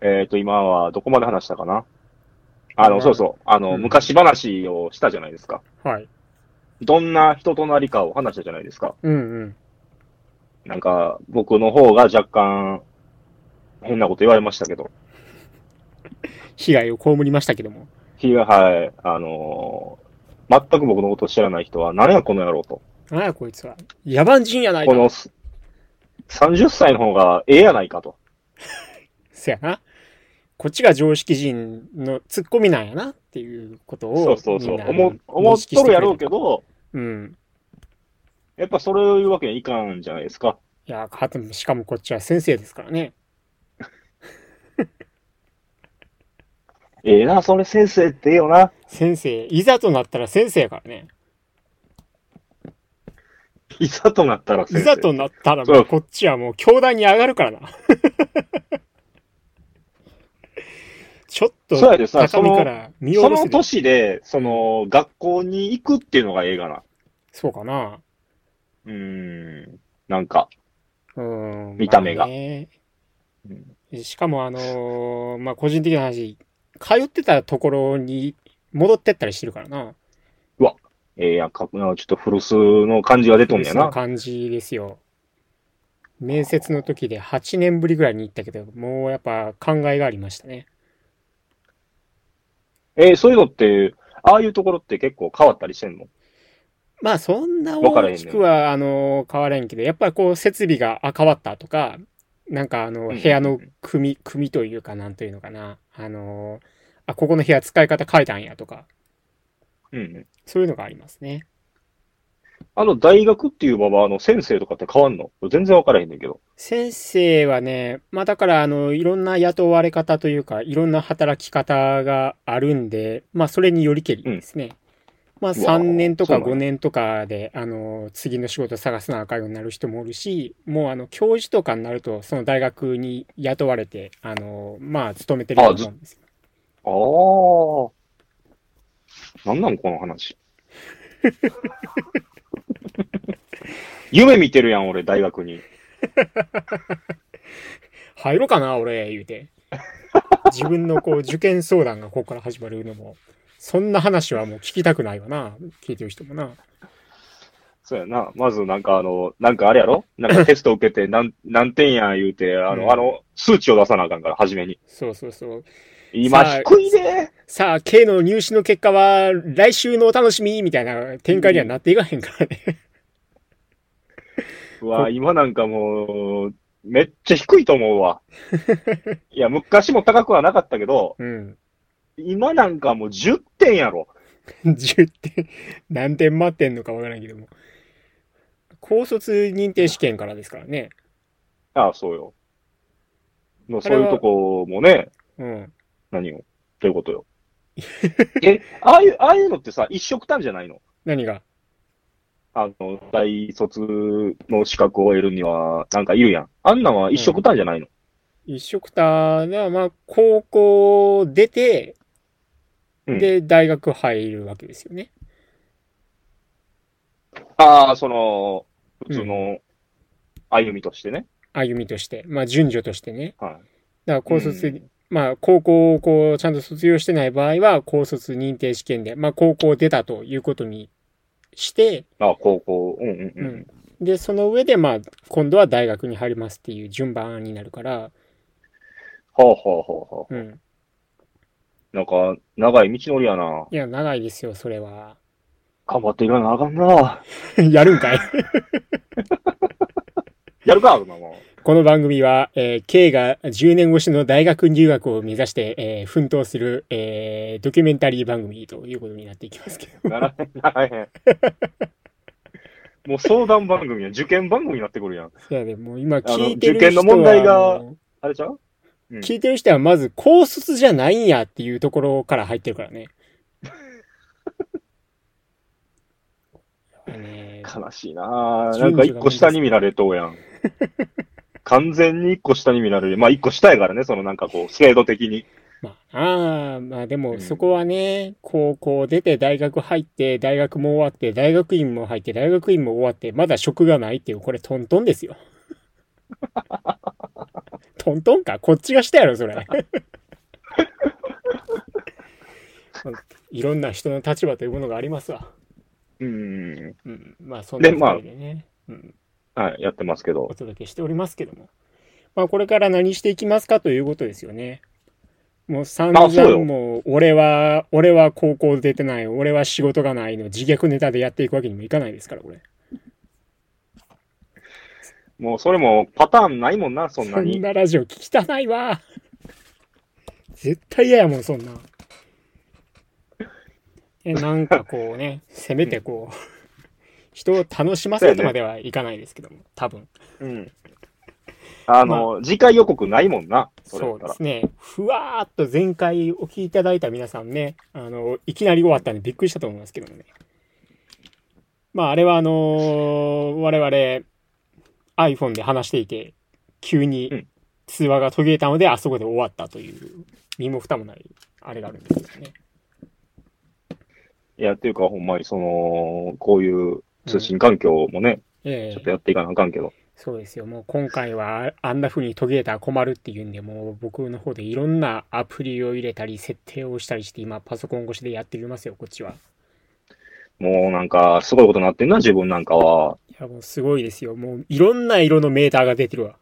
えっ、と、今はどこまで話したかなあの、はいそうそう。あの、うん昔話をしたじゃないですか。はい。どんな人となりかを話したじゃないですか。うんうん。なんか、僕の方が若干、変なこと言われましたけど。被害を被りましたけども。ひが、はい、あのー全く僕のことを知らない人は、何やこの野郎と。なんやこいつは。野蛮人やないかこ。の、す30歳の方がええやないかと。せやな。こっちが常識人のツッコミなんやなっていうことを。そうそうそう。みんな思う、思っとるやろうけ。ど、うん。やっぱそれを言うわけにはいかんじゃないですか。いや、かつしかもこっちは先生ですからね。ええな、それ先生ってええよな。先生、いざとなったら先生やからね。いざとなったら先い生。ざとなったらそもううこっちはもう教壇に上が るからな。ちょっとそうやでさ高みから見下そろのせる。年で、その、学校に行くっていうのがええかな。そうかな。うーん。なんか、うん。見た目がまあねうんしかもあのーまあ個人的な話、通ってたところに戻ってったりしてるからな。ええやんか、なんかちょっと古巣の感じが出とんねやそのな。感じですよ。面接の時で8年ぶりぐらいに行ったけど、もうやっぱ考えがありましたね。ええそういうのって、ああいうところって結構変わったりしてんのまあそんなわからへん大ねきくは、あの変わらんけど、やっぱりこう設備があ変わったとか、なんかあのうん部屋の組み、組みというかなんというのかな。あのあ、ここの部屋使い方変えたんやとか、うんうん。そういうのがありますね。あの、大学っていう場は、あの、先生とかって変わんの全然わからへんねんけど。先生はね、まあだからあの、いろんな雇われ方というか、いろんな働き方があるんで、まあそれによりけりですね。まあうわ3年とそかうなんや5年とかで、あの、次の仕事探すなあかんようになる人もおるし、もうあの、教授とかになると、その大学に雇われて、あの、まあ勤めてるようなもんです。ああ。なんなんこの 話。夢見てるやん、俺、大学に。入ろうかな、俺、言 うて。自分のこう、受験相談がここから始まるのも、そんな話はもう聞きたくないわな、聞いてる人もな。そうやな。まず、なんかあの、なんかあれやろなんかテスト受け て、なん、何点や言うて、あの、うんあの、数値を出さなあかんから、初めに。そうそうそう。今、さあ低いね。さあ、K の入試の結果は来週のお楽しみみたいな展開にはなっていかへんからね。うわ、今なんかもう、めっちゃ低いと思うわ。 いや、昔も高くはなかったけど、うん。今なんかもう10点やろ。 10点、何点待ってんのかわからないけども。高卒認定試験からですからね。ああ、そうよ。のあそうれはいうとこもね、うん。何をという ことよ。え、ああいう、ああいうのってさ、一色単じゃないの何があの、大卒の資格を得るには、なんかいるやん。あんなんは一色単じゃないの、一色たでは、まあ、高校出て、うんで、大学入るわけですよね。ああ、その、普通の歩みとしてね。歩みとして。まあ、順序としてね。はい。だから高卒、うんまあ、高校をこう、ちゃんと卒業してない場合は、高卒認定試験で、まあ、高校を出たということにして、ああ、高校。うんうんう。うんん。で、その上で、まあ、今度は大学に入りますっていう順番になるから、はあはあはあはあ。うん。なんか、長い道のりやな。いや、長いですよ、それは。 頑張っていかなあかんな。やるんかい やるか、そんなもん。この番組は、えー K が10年越しの大学入学を目指して、えー奮闘する、えードキュメンタリー番組ということになっていきま すけど。ならへん、ならへ ん。もう相談番組や、受験番組になってくるやん。いや、でも今聞いてあの受る験人のは、問題があのあれちゃううん聞いてる人はまず高卒じゃないんやっていうところから入ってるから ね。やっぱね悲しいなぁ。なんか一個下に見られとうやん。完全に一個下に見られる。まあ一個下やからね、そのなんかこう、制度的に。まあなあ、まあでうもんそこはね、高校出て大学入って、大学も終わって、大学院も入って、大 学院も終わって、まだ職がないっていう、これトントンですよ。トントンかこっちがしたや ろ、それ。いろんな人の立場というものがありますわ。うん。うん。まあ、そんなでまあでね、うん、はい、やってますけどお。届けしておりますけども。まあ、これから何していきますかということですよね。もう散あそう々よもう、俺は、俺は高校出てない、俺は仕事がないの自虐ネタでやっていくわけにもいかないですから、これ。もうそれもパターンないもんな、そんなそんに。なラジオ聞きたないわ。絶対嫌やもん、そんな。え、なんかこうね、せめてこう、人を楽しませるとまではいかないですけども、多分。うん。あの、次回予告ないもんな、それだそっうたでら。すね。ふわーっと前回お聞きいただいた皆さんね、あの、いきなり終わったんでびっくりしたと思いますけどもね。まあ、あれはあのー我々 iPhone で話していて、急うにん通話が途切れたので、あそこで終わったという、身も蓋もない、あれがあるんですけどね。いや、っていうか、ほんまに、その、こういう通信環境もね、えちょっとえやっていかなあかんけど。そうですよ。もう今回はああんな風に途切れたら困るっていうんで、もう僕の方でいろんなアプリを入れたり、設定をしたりして、今パソコン越しでやってみますよ、こっちは。もうなんか、すごいことになってんな、自分なんかは。いや、もうすごいですよ。もういろんな色のメーターが出てるわ。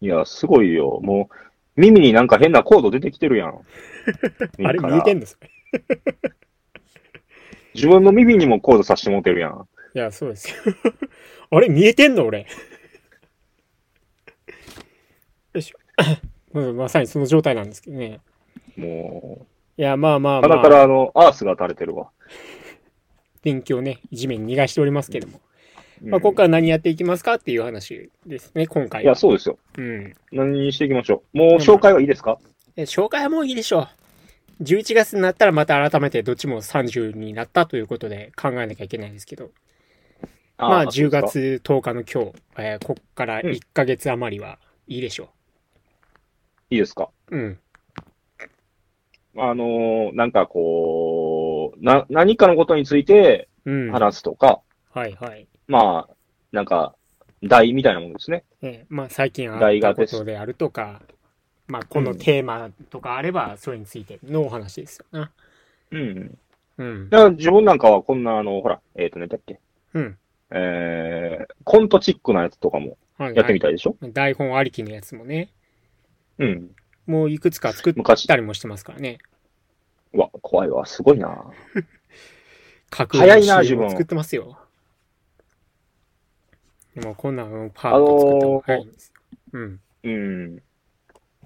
いや、すごいよ。もう、耳になんか変なコード出てきてる やん。あれ見えてんのそれ。 自分の耳にもコードさしてもうてるやん。いや、そうですよ。あれ見えてんの俺。 よいしょ。 うんまさにその状態なんですけどね。もいや、まあまう、あ鼻まかあ、らあの、アースが垂れてるわ。電気をね、地面に逃がしておりますけども。うんまあ、ここから何やっていきますかっていう話ですね、今回いや、は。そうですよ。うん。何にしていきましょう。もう紹介はいいですかえ紹介はもういいでしょう。11月になったらまた改めてどっちも30になったということで考えなきゃいけないんですけど。まあ10。そうですか月10日の今日、えーこっから1ヶ月余りはいいでしょいいですかう。うん。あのーなんかこう、な、何かのことについてうん。はい話すとか、はい。まあ、なんか、題みたいなものですね。ね、まあ最近あっ大た学こですとであるとか、まあこのうんテーマとかあればそれについてのお話ですよな。うん。うん。だから自分なんかはこんな、あの、ほら、えっ、とね、だっけ、うん。えー、コントチックなやつとかもはい、はい。やってみたいでしょ、台本ありきのやつもね、うん。もういくつか作っ昔たりもしてますからね。うわ、怖いわ、すごいな。架早いな空の CM 自分作ってますよ。もうこんなのパーあのーッと作った方が早いんですよ。うん。うん。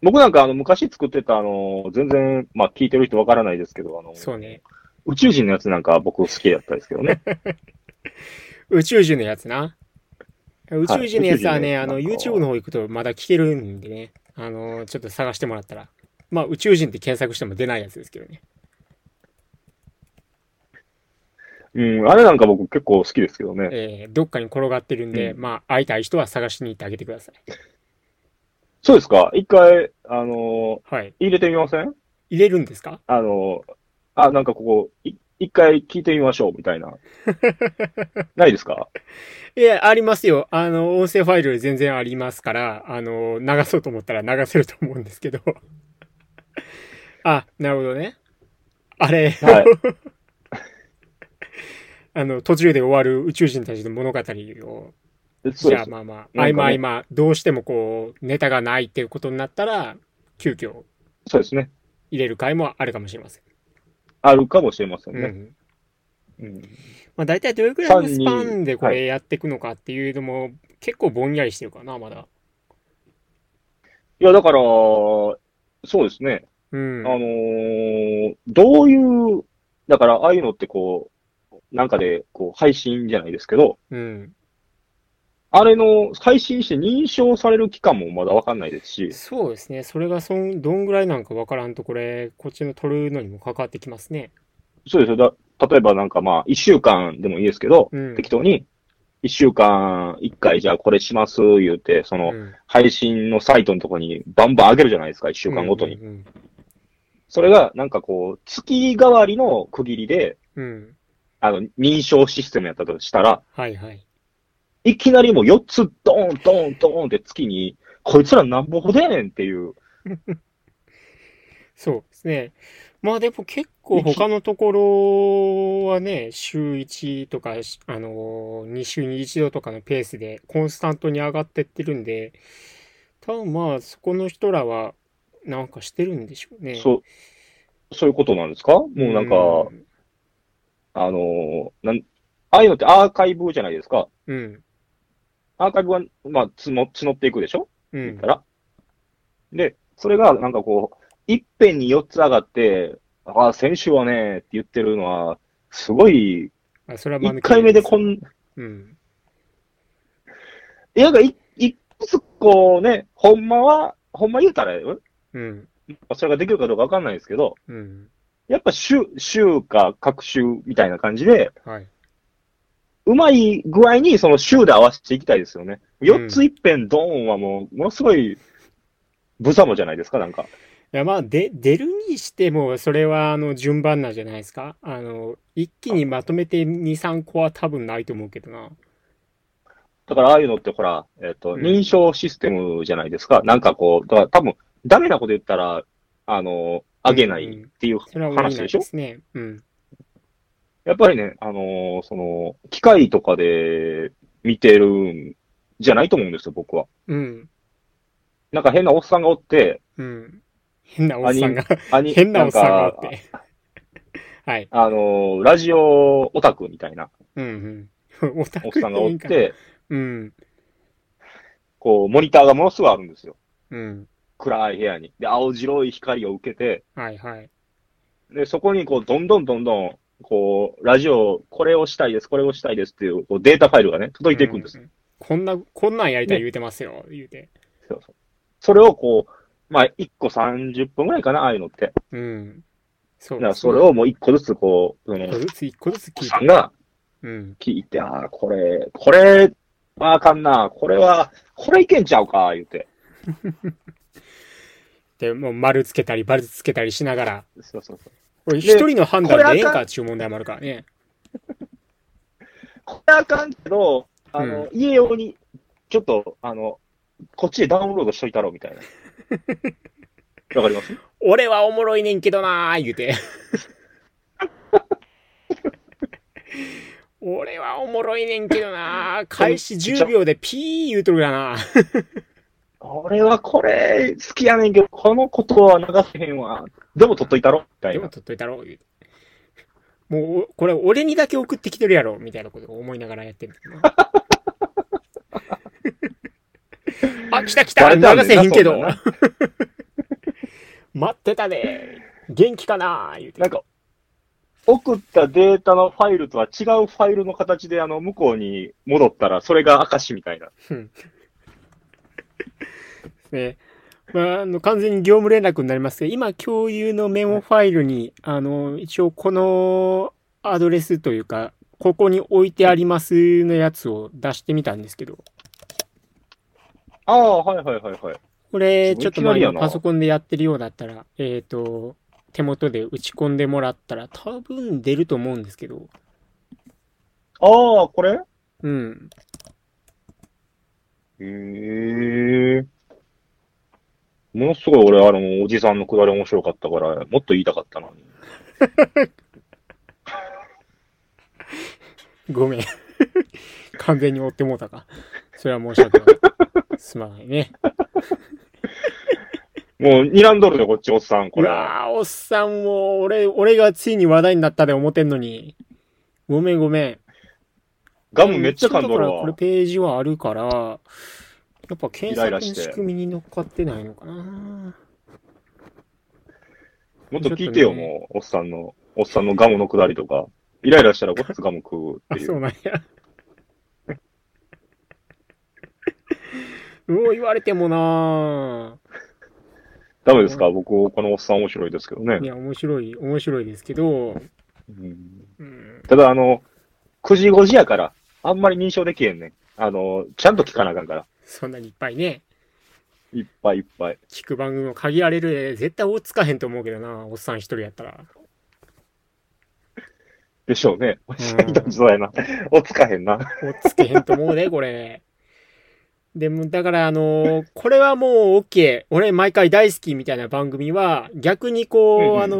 僕なんかあの昔作ってたあの、全然、まあ聞いてる人わからないですけど、あの、そうね。宇宙人のやつなんか僕好きだったですけど ね。宇宙人のやつな。宇宙人のやつはね、宇宙人のやつなあの、んか YouTube の方行くとまだ聞けるんでね、あの、ちょっと探してもらったら。まあ、宇宙人って検索しても出ないやつですけどね。うん、あれなんか僕結構好きですけどね。えーどっかに転がってるんで、うんまあ、会いたい人は探しに行ってあげてください。そうですか一回、あの、はい。入れてみません入れるんですかあの、あ、なんかここ、い一回聞いてみましょう、みたい な。ないですかいや、ありますよ。あの、音声ファイル全然ありますから、あの、流そうと思ったら流せると思うんですけど。 あ、なるほどね。あれ、はい。 あの、途中で終わる宇宙人たちの物語を、そうじでゃあす。まあまあ、なんか合間ね合間、どうしてもこう、ネタがないっていうことになったら、急遽そうですね。入れる回もあるかもしれません。あるかもしれませんうね。ん。うん。まあ大体どれくらいのスパ三ン人でこはれやっていくのかっていうのも、結構ぼんやりしてるかな、まだ。いや、だから、そうですね。うん。あのーどういう、だから、ああいうのってこう、なんかで、こう、配信じゃないですけど、うん。あれの、配信して認証される期間もまだわかんないですし、そうですね。それがそん、どんぐらいなんかわからんと、これ、こっちの取るのにも関わってきますね。そうですよ。だ例えばなんかまあ、一週間でもいいですけど、うん。適当に、一週間一回じゃあこれします、言うて、その、うん配信のサイトのとこにバンバン上げるじゃないですか、一週間ごとに。うんうんそれが、なんかこう、月替わりの区切りで、うん。うん。あの、認証システムやったとしたら、はいはい。いきなりもう4つドーンドーンドーンって月に、こいつらなんぼほどやねんっていう。そうですね。まあでも結構他のところはね、週1とか、しあのー、2週に1度とかのペースでコンスタントに上がってってるんで、多分まあそこの人らはなんかしてるんでしょうね。そう、そういうことなんですかもうなんか、うんあのーなん、ああいうのってアーカイブじゃないですか。うん。アーカイブは、まあ、募募っていくでしょう言っんた。ら。で、それがなんかこう、いっぺんに4つ上がって、ああ、先週はね、って言ってるのは、すごい、あそれは間抜け1回目でこん、すうん。いや、なんかい一つこうね、ほんまは、ほんま言うたらよ、うん。それができるかどうかわかんないですけど、うん。やっぱ週、週か各週みたいな感じで、はい。うまい具合にその週で合わせていきたいですよね。ん4ついっぺんドーンはもう、ものすごい、無様じゃないですか、なんか。いやまあで出るにしてもそれはあの順番なんじゃないですかあの一気にまとめて23個は多分ないと思うけどなだからああいうのってほら、えっ、と、うん認証システムじゃないですか。なんかこう、だから多分、ダメなこと言ったら、あの、あげないっていうそれは多い話なでいしょ、ですねうんやっぱりね、あのその、機械とかで見てるんじゃないと思うんですよ、僕は。うんなんか変なおっさんがおって、うん変なおっさんがアニ 変なおっさんがあっなんかて はいあのラジオオタクみたいなうんうん おたおっさんがおって、うんこう、モニターがものすごいあるんですよ。うん暗い部屋に。で、青白い光を受けて、はいはいで、そこにこう、どんどんどんどん、こう、ラジオ、これをしたいです、これをしたいですっていう、こうデータファイルがね、届いていくんですう。うこんなこんなんやりたい言うてますよ言うてそうそうそれをこう、まあ、1個30分ぐらいかな、ああいうのって。うんそだうかでらすねそれをもう1個ずつこう、その一、個ずつ一個ずつお子聞さいんてがうん聞いて、ああ、これ、これ、まあ、あかんな、これは、これいけんちゃうか、言うて。でもう丸つけたりバルつけたりしながらそうそうそう。こでれ一人の判断でええんこれかっていう問題もあるからね。これあかんけど、あの、家用に、ちょっと、あの、こっちでダウンロードしといたろ、み たいな。わかります俺はおもろいねんけどなー言 うて。俺はおもろいねんけどなー開始10秒でピー言うとるからな。俺はこれ好きやねんけど、このことは流せへんわ。でも取っといたろみたでいもな。取っといたろ言うて。もうお、これ俺にだけ送ってきてるやろみたいなことを思いながらやってるん だけどなあ、来た来た流せへんバレたんけどだよな。そん 待ってたで元気かなー言うてな。んか、送ったデータのファイルとは違うファイルの形で、あの、向こうに戻ったら、それが証みたいな。ね。まあ、あの、完全に業務連絡になりますけど、今共有のメモファイルに、あの、一応このアドレスというか、ここに置いてありますのやつを出してみたんですけど、ああ、はいはいはいはい。これ、ちすょごっいいきなりとまあや今なパソコンでやってるようだったら、えっ、と、手元で打ち込んでもらったら多分出ると思うんですけど、ああ、これうん。へえ。ものすごい俺、あの、おじさんのくだり面白かったから、もっと言いたかったのに。ごめん。 完全に追ってもうたか。それは申し訳ない。すまないね。もう、睨んどるで、こっち、おっさん、こうれ。わあ、おっさんも、俺、俺がついに話題になったで思ってんのに。ごめんごめん。ガムめっちゃ噛んどだるからこれわ。ページはあるから、やっぱ検イ索ライラのして仕組みに乗っかってないのかな。もっと聞いてよ、ちょっとねもう、おっさんの、おっさんのガムのくだりとか。イライラしたら5つガム食うっあ、てい。そううなんや。うお、言われてもなダメですか僕、このおっさん面白いですけどねい。や、面白い、面白いですけど、うんうん、ただ、あの、9時5時やから、あんまり認証できへんねん。あの、ちゃんと聞かなあかんから。そんなにいっぱいね、いっぱいいっぱい。聞く番組も限られるで、絶対追いつかへんと思うけどな、おっさん一人やったら。でしょうね。 おっさんいたんじゃないな。おつかへんな。おっつけへんと思うで、これ。でも、だから、あのーこれはもう OK。俺、毎回大好きみたいな番組は、逆にこう、うんうんあの、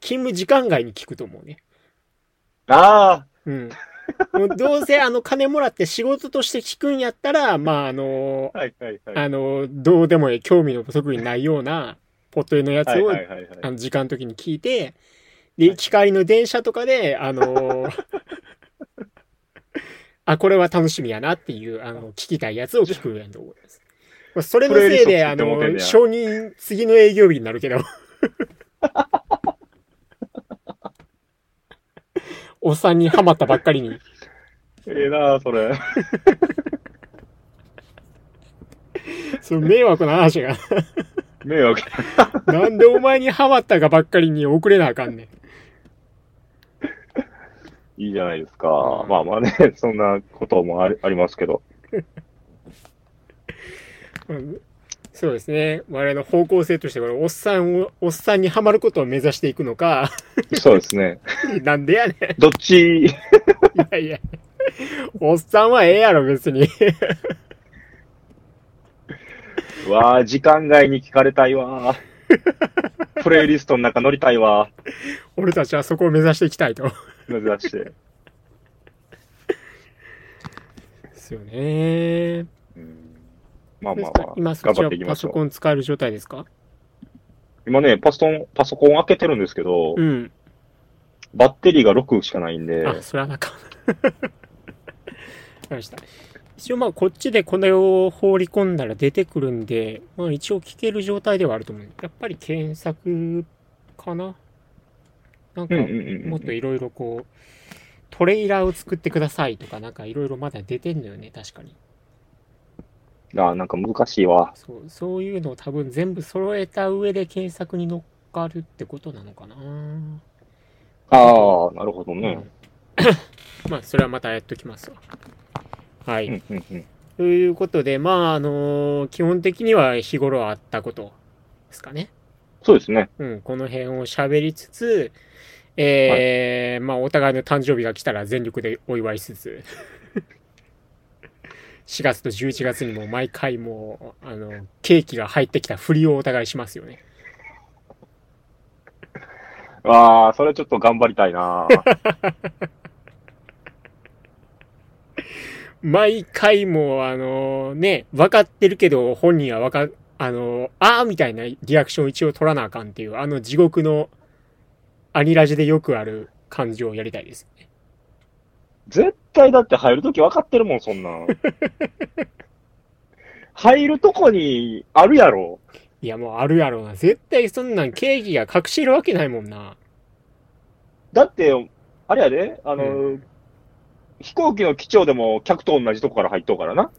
勤務時間外に聞くと思うね。ああ、うん。もうどうせ、あの、金もらって仕事として聞くんやったら、まあ、あのーはいはいはい。あのーどうでもいい、興味の特にないような、ポットへのやつはいをはいはいはい。あの時間の時に聞いて、で、行き帰りの電車とかで、あのーあ、これは楽しみやなっていう、あの、聞きたいやつを聞くやんと思います。まあそれのせいプレイリで、ストあ作ってものうてんねや承認、次の営業日になるけど。おっさんにハマったばっかりに。ええなあ、それ。 その迷惑な話が。迷惑。なんでお前にハマったかばっかりに遅れなあかんねん。いいじゃないですか。うんまあまあね、そんなこともありありますけど。うんそうですね。我々の方向性としては、おっさんを、おっさんにはまることを目指していくのか、 そうですね。なんでやねどっち、ん。いやいや。おっさんはええやろ、別に。 わあ、時間外に聞かれたい わ。プレイリストの中乗りたいわ。俺たちはそこを目指していきたいと。目指して。ですよね。うんまあまあまあ、今頑そち張らっていきまパしソょコう。ン使える状態ですか今ね、パソコン、パソコン開けてるんですけどう、ん。バッテリーが6しかないんで、あ、それはなん か。わかりました。一応まあ、こっちでこれを放り込んだら出てくるんで、まあ一応聞ける状態ではあると思う。やっぱり検索かななんうかんう、んうんうん。もっといろいろこう、トレーラーを作ってくださいとか、なんかいろいろまだ出てんのよね、確かに。あなんか難しいわ。そう、そういうのを多分全部揃えた上で検索に乗っかるってことなのかな。ああ、なるほどうね。。 まあ、それはまたやっときますわ。はうい。んうんうん。ということで、まあ、あのー基本的には日頃あったことですかね。そうですね。うん、この辺を喋りつつ、えーまあ、お互いの誕生日が来たら全力でお祝いしつつ、4月と11月にも毎回もう、あの、ケーキが入ってきたふりをお互いしますよね。ああ、それちょっと頑張りたい な。毎回もう、あの、ね、分かってるけど、本人は分か、あの、あーみたいなリアクションを一応取らなあかんっていう、あの地獄のアニラジでよくある感じをやりたいです。絶対だって入るとき分かってるもん、そんなん。入るとこにあるやろ。いや、もうあるやろうな。絶対そんなんケーキが隠してるわけないもんな。だって、あれやで、あの、う飛行機の機長でも客と同じとこから入っとうからな。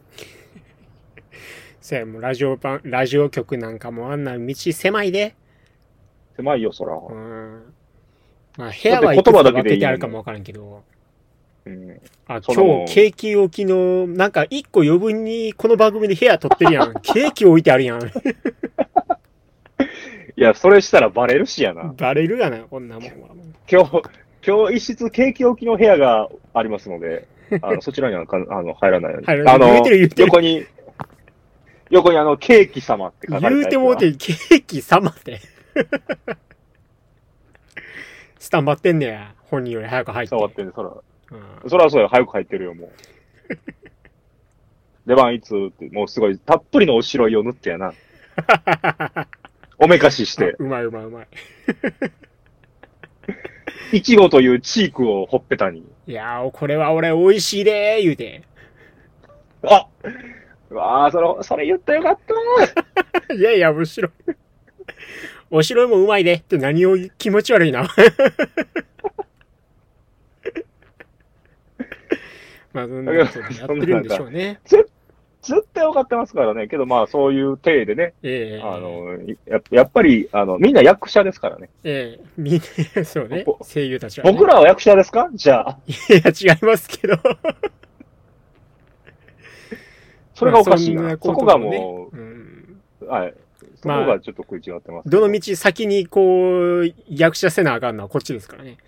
そや、もうラジオ版、ラジオ局なんかもあんな道狭いで。狭いよ、そら。うん。まあ、部屋は一言葉個だけ分でけてあるかもわからんけど。うん。あ、その今日ケーキ置きの、なんか一個余分にこの番組で部屋取って るやん。ケーキ置いてあるやん。いや、それしたらバレるしやな。バレるがな、こんなもんは。今日、今日一室、ケーキ置きの部屋がありますので、あのそちらにはか あの入らないように。入らないあの言うてる言うてる横に、横にあの、ケーキ様って書かれた言やつうてもうて、ケーキ様って。 スタンバってんねや。本人より早く入って。触ってる、そら。うん そらそうよ、早く入ってるよ、もう。出番いつって、もうすごい、たっぷりのおしろいを塗ってやな。おめかしして、うまいうまいうまい。いちごというチークをほっぺたに。いやー、これは俺美味しいでー、言うて。あうわあ、それ、それ言ってよかった いやいや、むしろ。おしろいもうまいでって何を気持ち悪いな。 まあ、そんなことでやってるんでしょう ね。絶対分かってますからね。けどまあ、そういう体でね、ええあの、ややっぱり、あの、みんな役者ですからね。ええみんな、そうねぼ。声優たちは、ね。僕らは役者ですかじゃあ、いや、違いますけど。それがおかしいな。まあそんとこがもねもうんう、はい。そこまあがちょっと食い違ってます。どの道先にこう、役者せなあかんのはこっちですからね。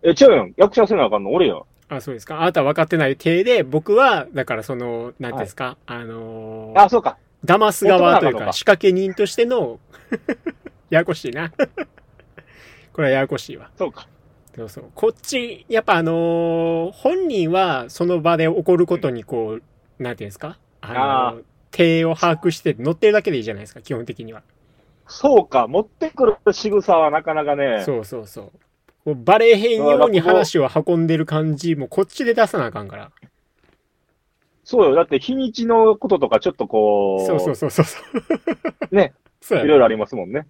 え、違うやん。役者せなあかんの俺やん。あ、そうですか。あなたは分かってない体で、僕は、だからその、なんていうんですか、あのーあ、そうか。騙す側という男なのか、か仕掛け人としての、 ややこしいな。 これはややこしいわ。そうか。そうそう。こっち、やっぱあのー本人はその場で起こることにこう、なんていうんですかあのーあ手を把握して乗ってるだけでいいじゃないですか、基本的には。そうか。持ってくる仕草はなかなかね。そうそうそう。こうバレへんように話を運んでる感じもこっちで出さなあかんから。そうよ。だって日にちのこととかちょっとこう、そうそうそうそうそう。ね。 そうやいねろいろありますもんね。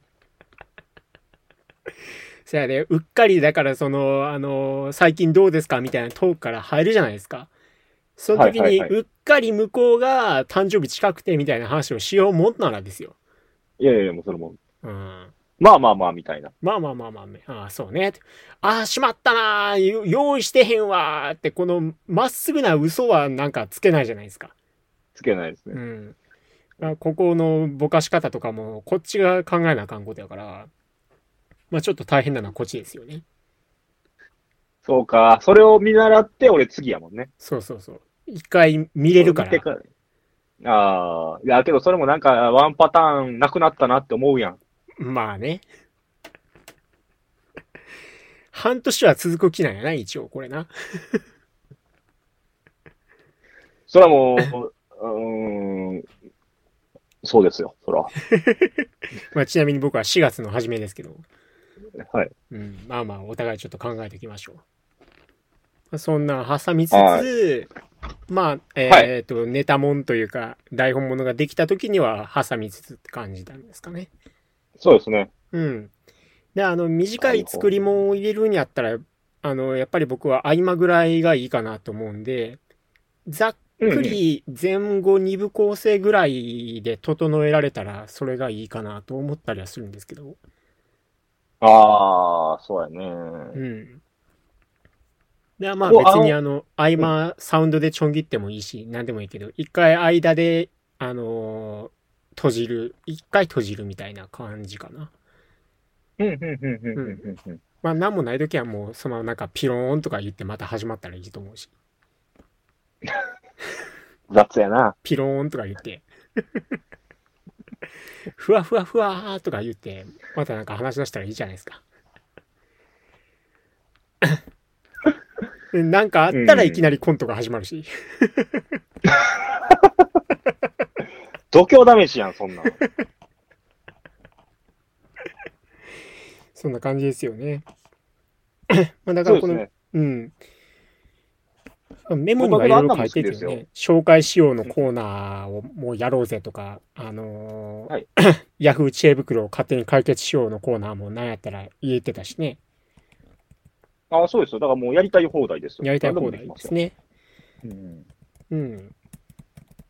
そうやで、うっかりだからその、あのー最近どうですかみたいなトークから入るじゃないですか。その時はいに、はいはいうっかり向こうが誕生日近くてみたいな話をしようもんならですよ。いやいやいや、もうそれも。うん。まあまあまあ、みたいな。まあまあまあまあね、ああ、そうね。ああ、しまったなーよ用意してへんわーって、このまっすぐな嘘はなんかつけないじゃないですか。つけないですうね。ん。まあここのぼかし方とかも、こっちが考えなあかんことやから、まあちょっと大変なのはこっちですよね。そうか。それを見習って、俺次やもんね。そうそうそう。一回見れるから。見てからああ、いや、けどそれもなんか、ワンパターンなくなったなって思うやん。まあね。半年は続く気なんやな、一応、これな。それはも う、うーん、そうですよ、そら。まあちなみに僕は4月の初めですけど。はい。うん、まあまあ、お互いちょっと考えておきましょう。まあそんな挟みつつ、まあ、えはいーっ、と、ネタもんというか、台本ものができた時には挟みつつって感じなんですかね。そうですね。うん。で、あの、短い作りもんを入れるんやったら、あの、やっぱり僕は合間ぐらいがいいかなと思うんで、ざっうんくり前後2部構成ぐらいで整えられたら、それがいいかなと思ったりはするんですけど。ああ、そうやね。うん。で、まあお別にあの、合間、サウンドでちょん切ってもいいし、何でもいいけど、一回間で、あのー閉じる、一回閉じるみたいな感じかな。うん、うん、うん、うん、うん、うん。まあ何もない時はもう、そのままなんかピローンとか言ってまた始まったらいいと思うし、雑やな。ピローンとか言って、 ふわふわふわーとか言って、またなんか話し出したらいいじゃないですか。 でなんかあったらいきなりコントが始まるし。度胸試しやん、そ んなん。そんな感じですよね。 まあだかそうでらこすの、ね。うん。メモにはいろいろ書いてて僕はあんなの好ね、紹介しようのコーナーをもうやろうぜとか、あのーはい ヤフー知恵袋を勝手に解決しようのコーナーもなんやったら言えてたしね、ああ、そうですよ。だからもうやりたい放題ですよ。やりたい何放も題きでますすよ。ね。うんうん。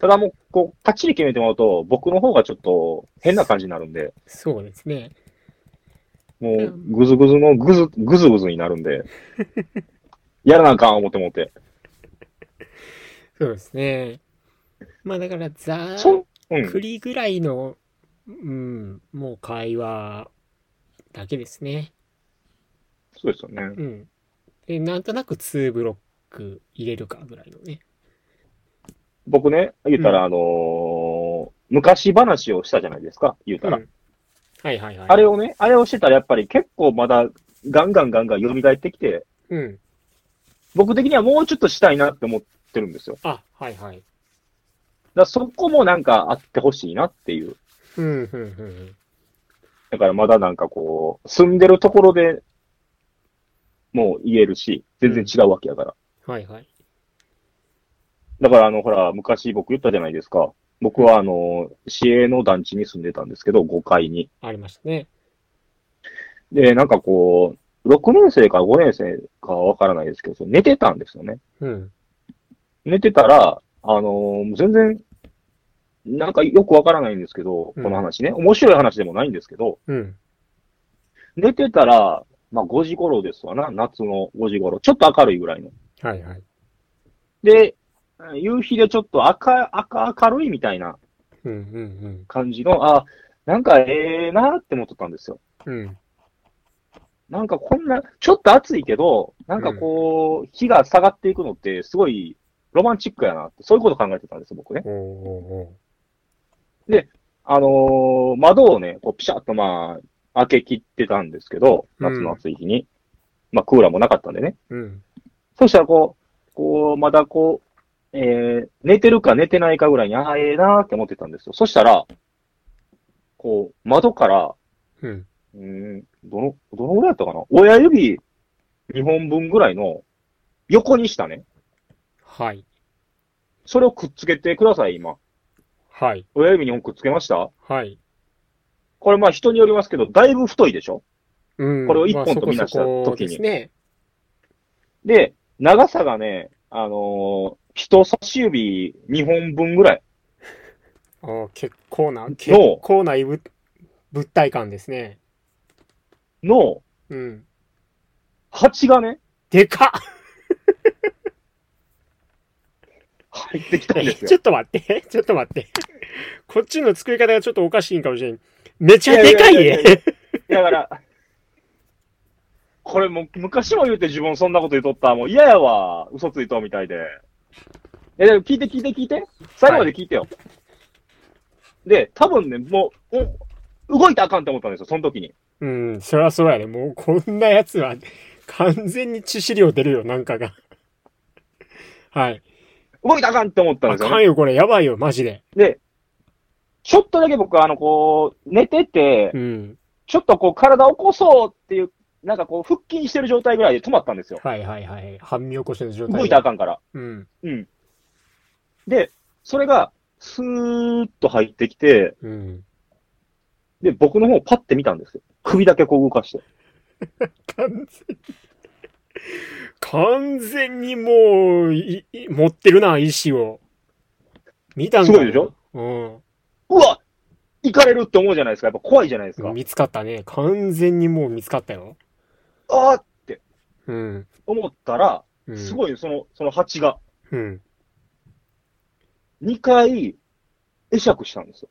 ただもう、こう、かっちり決めてもらうと、僕の方がちょっと変な感じになるんで、そうですね。もう、ぐずぐずの、ぐず、ぐずぐずになるん で、やらなあかん思って思って。そうですね。まあだから、ざーっそうん。くりぐらいの、うん、もう会話だけですね。そうですよね。うん。で、なんとなく2ブロック入れるかぐらいのね。僕ね、言ったうら、あのー昔話をしたじゃないですか、言うたら。うんはいはいはい。あれをね、あれをしてたらやっぱり結構まだ、ガンガンガンガン蘇ってきて、うん。僕的にはもうちょっとしたいなって思ってるんですよ。だかあ、はいはい。らそこもなんかあってほしいなっていう。うん、うん、うんだからまだなんかこう、住んでるところでもう言えるし、全然違うわけやから。うん。はいはい。だからあの、ほら、昔僕言ったじゃないですか。僕はあの、市営の団地に住んでたんですけど、5階に。ありましたね。で、なんかこう、6年生か5年生かわからないですけど、寝てたんですよね。うん。寝てたら、あのー全然、なんかよくわからないんですけど、こうんの話ね。面白い話でもないんですけど、うん。寝てたら、まあ5時頃ですわな。夏の5時頃。ちょっと明るいぐらいの。はいはい。で、夕日でちょっと赤、赤、明るいみたいなうん、うん、感じの、あ、なんかええなって思ってたんですよ。うん。うん。なんかこんな、ちょっと暑いけど、なんかこう、日が下がっていくのって、すごいロマンチックやなって、そういうこと考えてたんです、僕ね。おーおあのー窓をね、こうピシャッとまあ、開け切ってたんですけど、夏の暑い日に。まあ、クーラーもなかったんでね。ーおーうん。そしたらこう、こう、まだこう、えー、寝てるか寝てないかぐらいに、ああ、ええなーって思ってたんですよ。そしたら、こう、窓から、うん。うーん、どの、どのぐらいだったかな親指2本分ぐらいの横にしたね。はい。それをくっつけてください、今。はい。親指2本くっつけましたはい。これまあ人によりますけど、だいぶ太いでしょうん。これを一まあ本と見なしたそこそこ時にですね。で、長さがね、あのー人差し指2本分ぐらい。おー結構な、結構な異物物体感ですね。のうん。蜂がね、でかっ入ってきたんですよ ちょ。っと待って、ちょっと待って。こっちの作り方がちょっとおかしいんかもしれん。めちゃでかいいやいやいね。だから、これもう昔も言うて自分そんなこと言うとった。もう嫌やわ。嘘ついとうみたいで。え、でも聞いて聞いて聞いて。最後まで聞いてよ。で、多分ね、もう、お動いたらあかんって思ったんですよ、その時に。 うん、そりゃそうやね。もうこんなやつは完全に致死量出るよ、なんかが。 はい。動いたらあかんって思ったんあですよ、ねか。んよ、これ。やばいよ、マジで。で、ちょっとだけ僕は、あの、こう、寝ててう、ん。ちょっとこう、体起こそうっていう、なんかこう、腹筋してる状態ぐらいで止まったんですよ。はいはいはい。半身起こしの状態で。動いたらあかんから。うん。うん。で、それが、スーッと入ってきて、うん。で、僕の方をパッて見たんですよ。首だけこう動かして。完全に。完全にもう、いい持ってるな、意志を。見たんかすなごいでしょうん。うわ行かれるって思うじゃないですか。やっぱ怖いじゃないですか。見つかったね。完全にもう見つかったよ。あーってうん。思ったら、うん、すごい、その、その蜂が、うん。 2回、会釈したんですよ。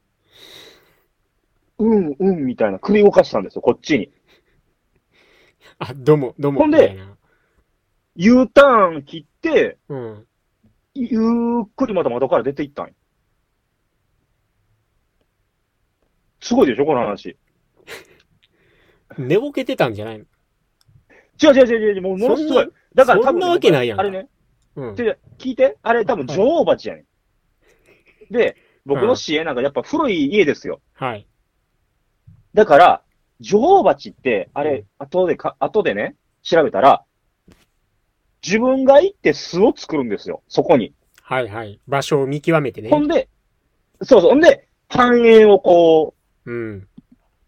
うん、うん、みたいな。首動かしたんですよ、こっちに。あ、どうも、どうも。ほんでみたいな U ターン切って、うん。ゆっくりまた窓から出ていったんよすごいでしょ、この話。寝ぼけてたんじゃないの違う違う違う違う、もうものすごい。だから多そ分んね、なわけないやんあれね、うん違。う聞いて、あれ多分女王蜂やねん。で、僕うのん知り合いなんかやっぱ古い家ですよ。はい。だから、女王蜂って、あうれ、後でか、後でね、調べたら、自分が行って巣を作るんですよ、そこに。はいはい。場所を見極めてねほ。んで、そうそう、ほんで、繁栄をこうん。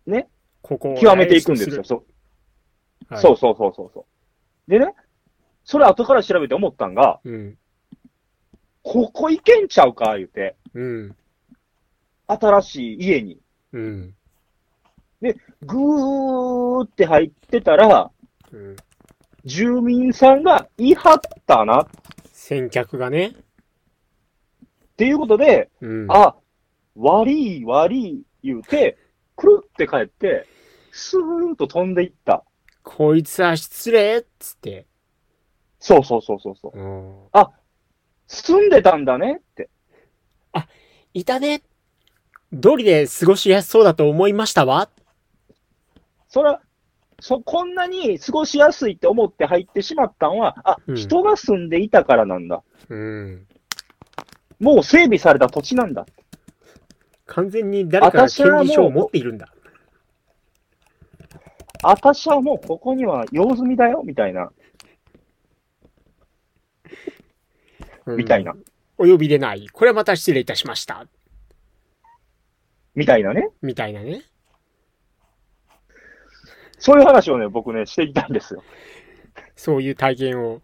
ね。ここをう、極めていくんですよ。。そうはいそうそうそうそうそう。でね、それ後から調べて思ったんが、うん。ここ行けんちゃうか、言うて、うん。新しい家に。うん。ぐーって入ってたら、うん。住民さんが言い張ったな、っ先客がね。ていうことで、うん。あ、悪い悪い言うて、くるって帰って、スーンと飛んでいった。こいつは失礼っつって。そうそうそうそうそう。うん。住んでたんだねって。いたね。通りで過ごしやすそうだと思いましたわ。そら、そ、こんなに過ごしやすいって思って入ってしまったんは、あ、うん人が住んでいたからなんだ。うん。もう整備された土地なんだ。完全に誰かが権利書を持っているんだ。私はもうここには用済みだよ、みたいな、うんみたいな、お呼びでない。これはまた失礼いたしました。みたいなね。みたいなね。そういう話をね、僕ね、していきたいんですよ。そういう体験を。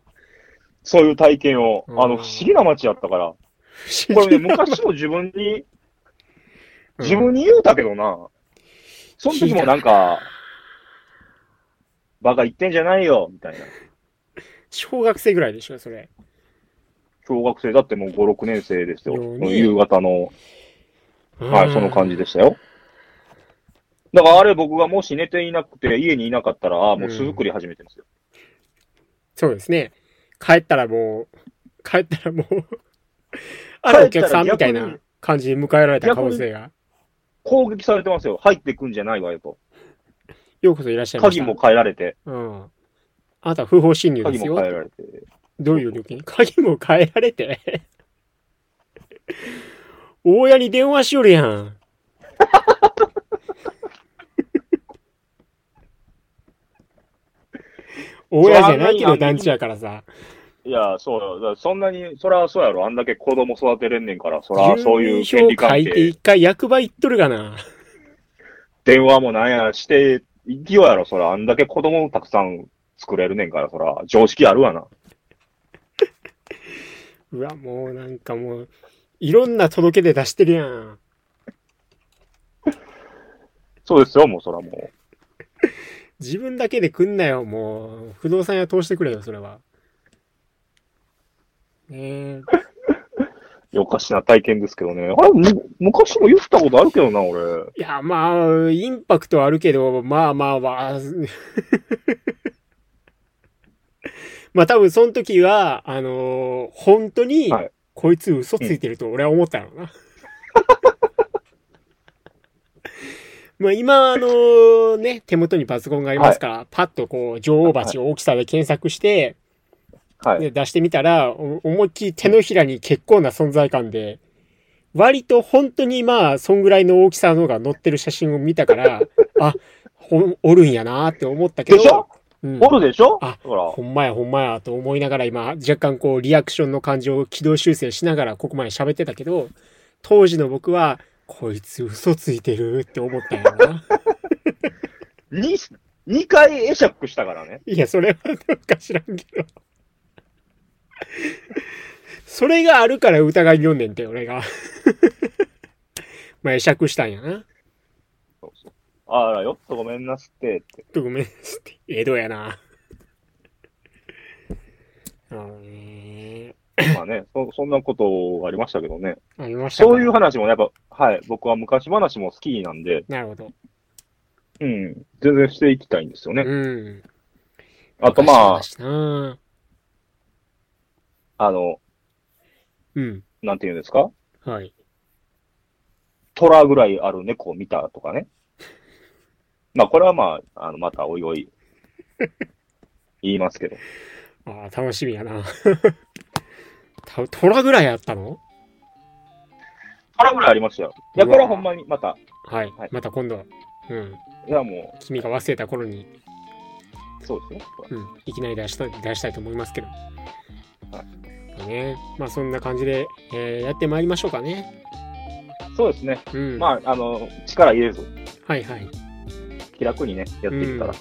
そういう体験を。うんあの、不思議な街やったから。これね、昔も自分に、うん自分に言うたけどな。その時もなんか、バカ言ってんじゃないよ、みたいな。 小学生ぐらいでしょ、それ。小学生だってもう5、6年生ですよ。よね夕方の、はい、その感じでしたよ。だからあれ僕がもし寝ていなくて家にいなかったら、ああ、もう巣作り始めてますよ。そうですね。帰ったらもう、帰ったらもう 帰ったあらるお客さんみたい逆なに感じに迎えられた可能性が。攻撃されてますよ。入ってくんじゃないわよと。ようこそいらっしゃいまし鍵た。も変えられて、うん。あなた不法侵入で鍵すもよ変え。られて。どういう料金鍵も変えられて。大家に電話しよるやん。大家じゃないけど団地やからさ。いや、そうよ。だからそんなに、そらそうやろ。あんだけ子供育てれんねんから、そらそう住いう民票権利書関いて係、一回役場行っとるがな。電話もなんやして、いきようやろ。そらあんだけ子供たくさん作れるねんから、そら常識あるわな。うわ、もうなんかもう、いろんな届け出出してるやん。そうですよ、もうそらもう。自分だけで来んなよ、もう。不動産屋通してくれよ、それは。ねえ。おかしな体験ですけどね。あれ、む昔も言ったことあるけどな、俺。いや、まあ、インパクトはあるけど、まあまあまあ。 まあ多分その時は、あのー本当にはい、こいつ嘘ついてると俺は思ったのな。 まあ今、あのーね、手元にパソコンがありますから、パッとこう、女王蜂を大きさで検索して、はい。で出してみたら、お思いっきり手のひらに結構な存在感で、割と本当にまあ、そんぐらいの大きさのが載ってる写真を見 たから、あ、ほおるんやなーって思ったけど、でしょうん、おるでしょあほらほ。んまやほんまやと思いながら今、若干こう、リアクションの感情を軌道修正しながらここまで喋ってたけど、当時の僕は、こいつ嘘ついてるって思ったんやろな。に、2回会釈したからね。いや、それはなんか知らんけど。それがあるから疑いに読んでんて、俺が。 まあ、会釈したんやな。あら、よっとごめんなすって、って。ちょっとごめんっつって。江戸やな。あのねまあね、そそんなことがありましたけどね。ありましたかそういう話もやっぱ、はい、僕は昔話も好きなんで、なるほど。うん、全然していきたいんですよね。うん。あとまあ昔、の話なあの、うん。なんていうんですかはい。虎ぐらいある猫を見たとかね。まあ、これはまあ、あの、またおいお い、言いますけど。ああ、楽しみやな。 た虎ぐらいあったの虎ぐらいありましたよ。いや、うこわれはほんまに、また、はい。はいまた今度。うん。いやも君が忘れた頃にう、そうですね。うん、いきなり出した出したいと思いますけど。ね、まあそんな感じで、えーやってまいりましょうかね。そうですね。うん。まあ、あの、力入れず、はいはい。気楽にね、やっていったら。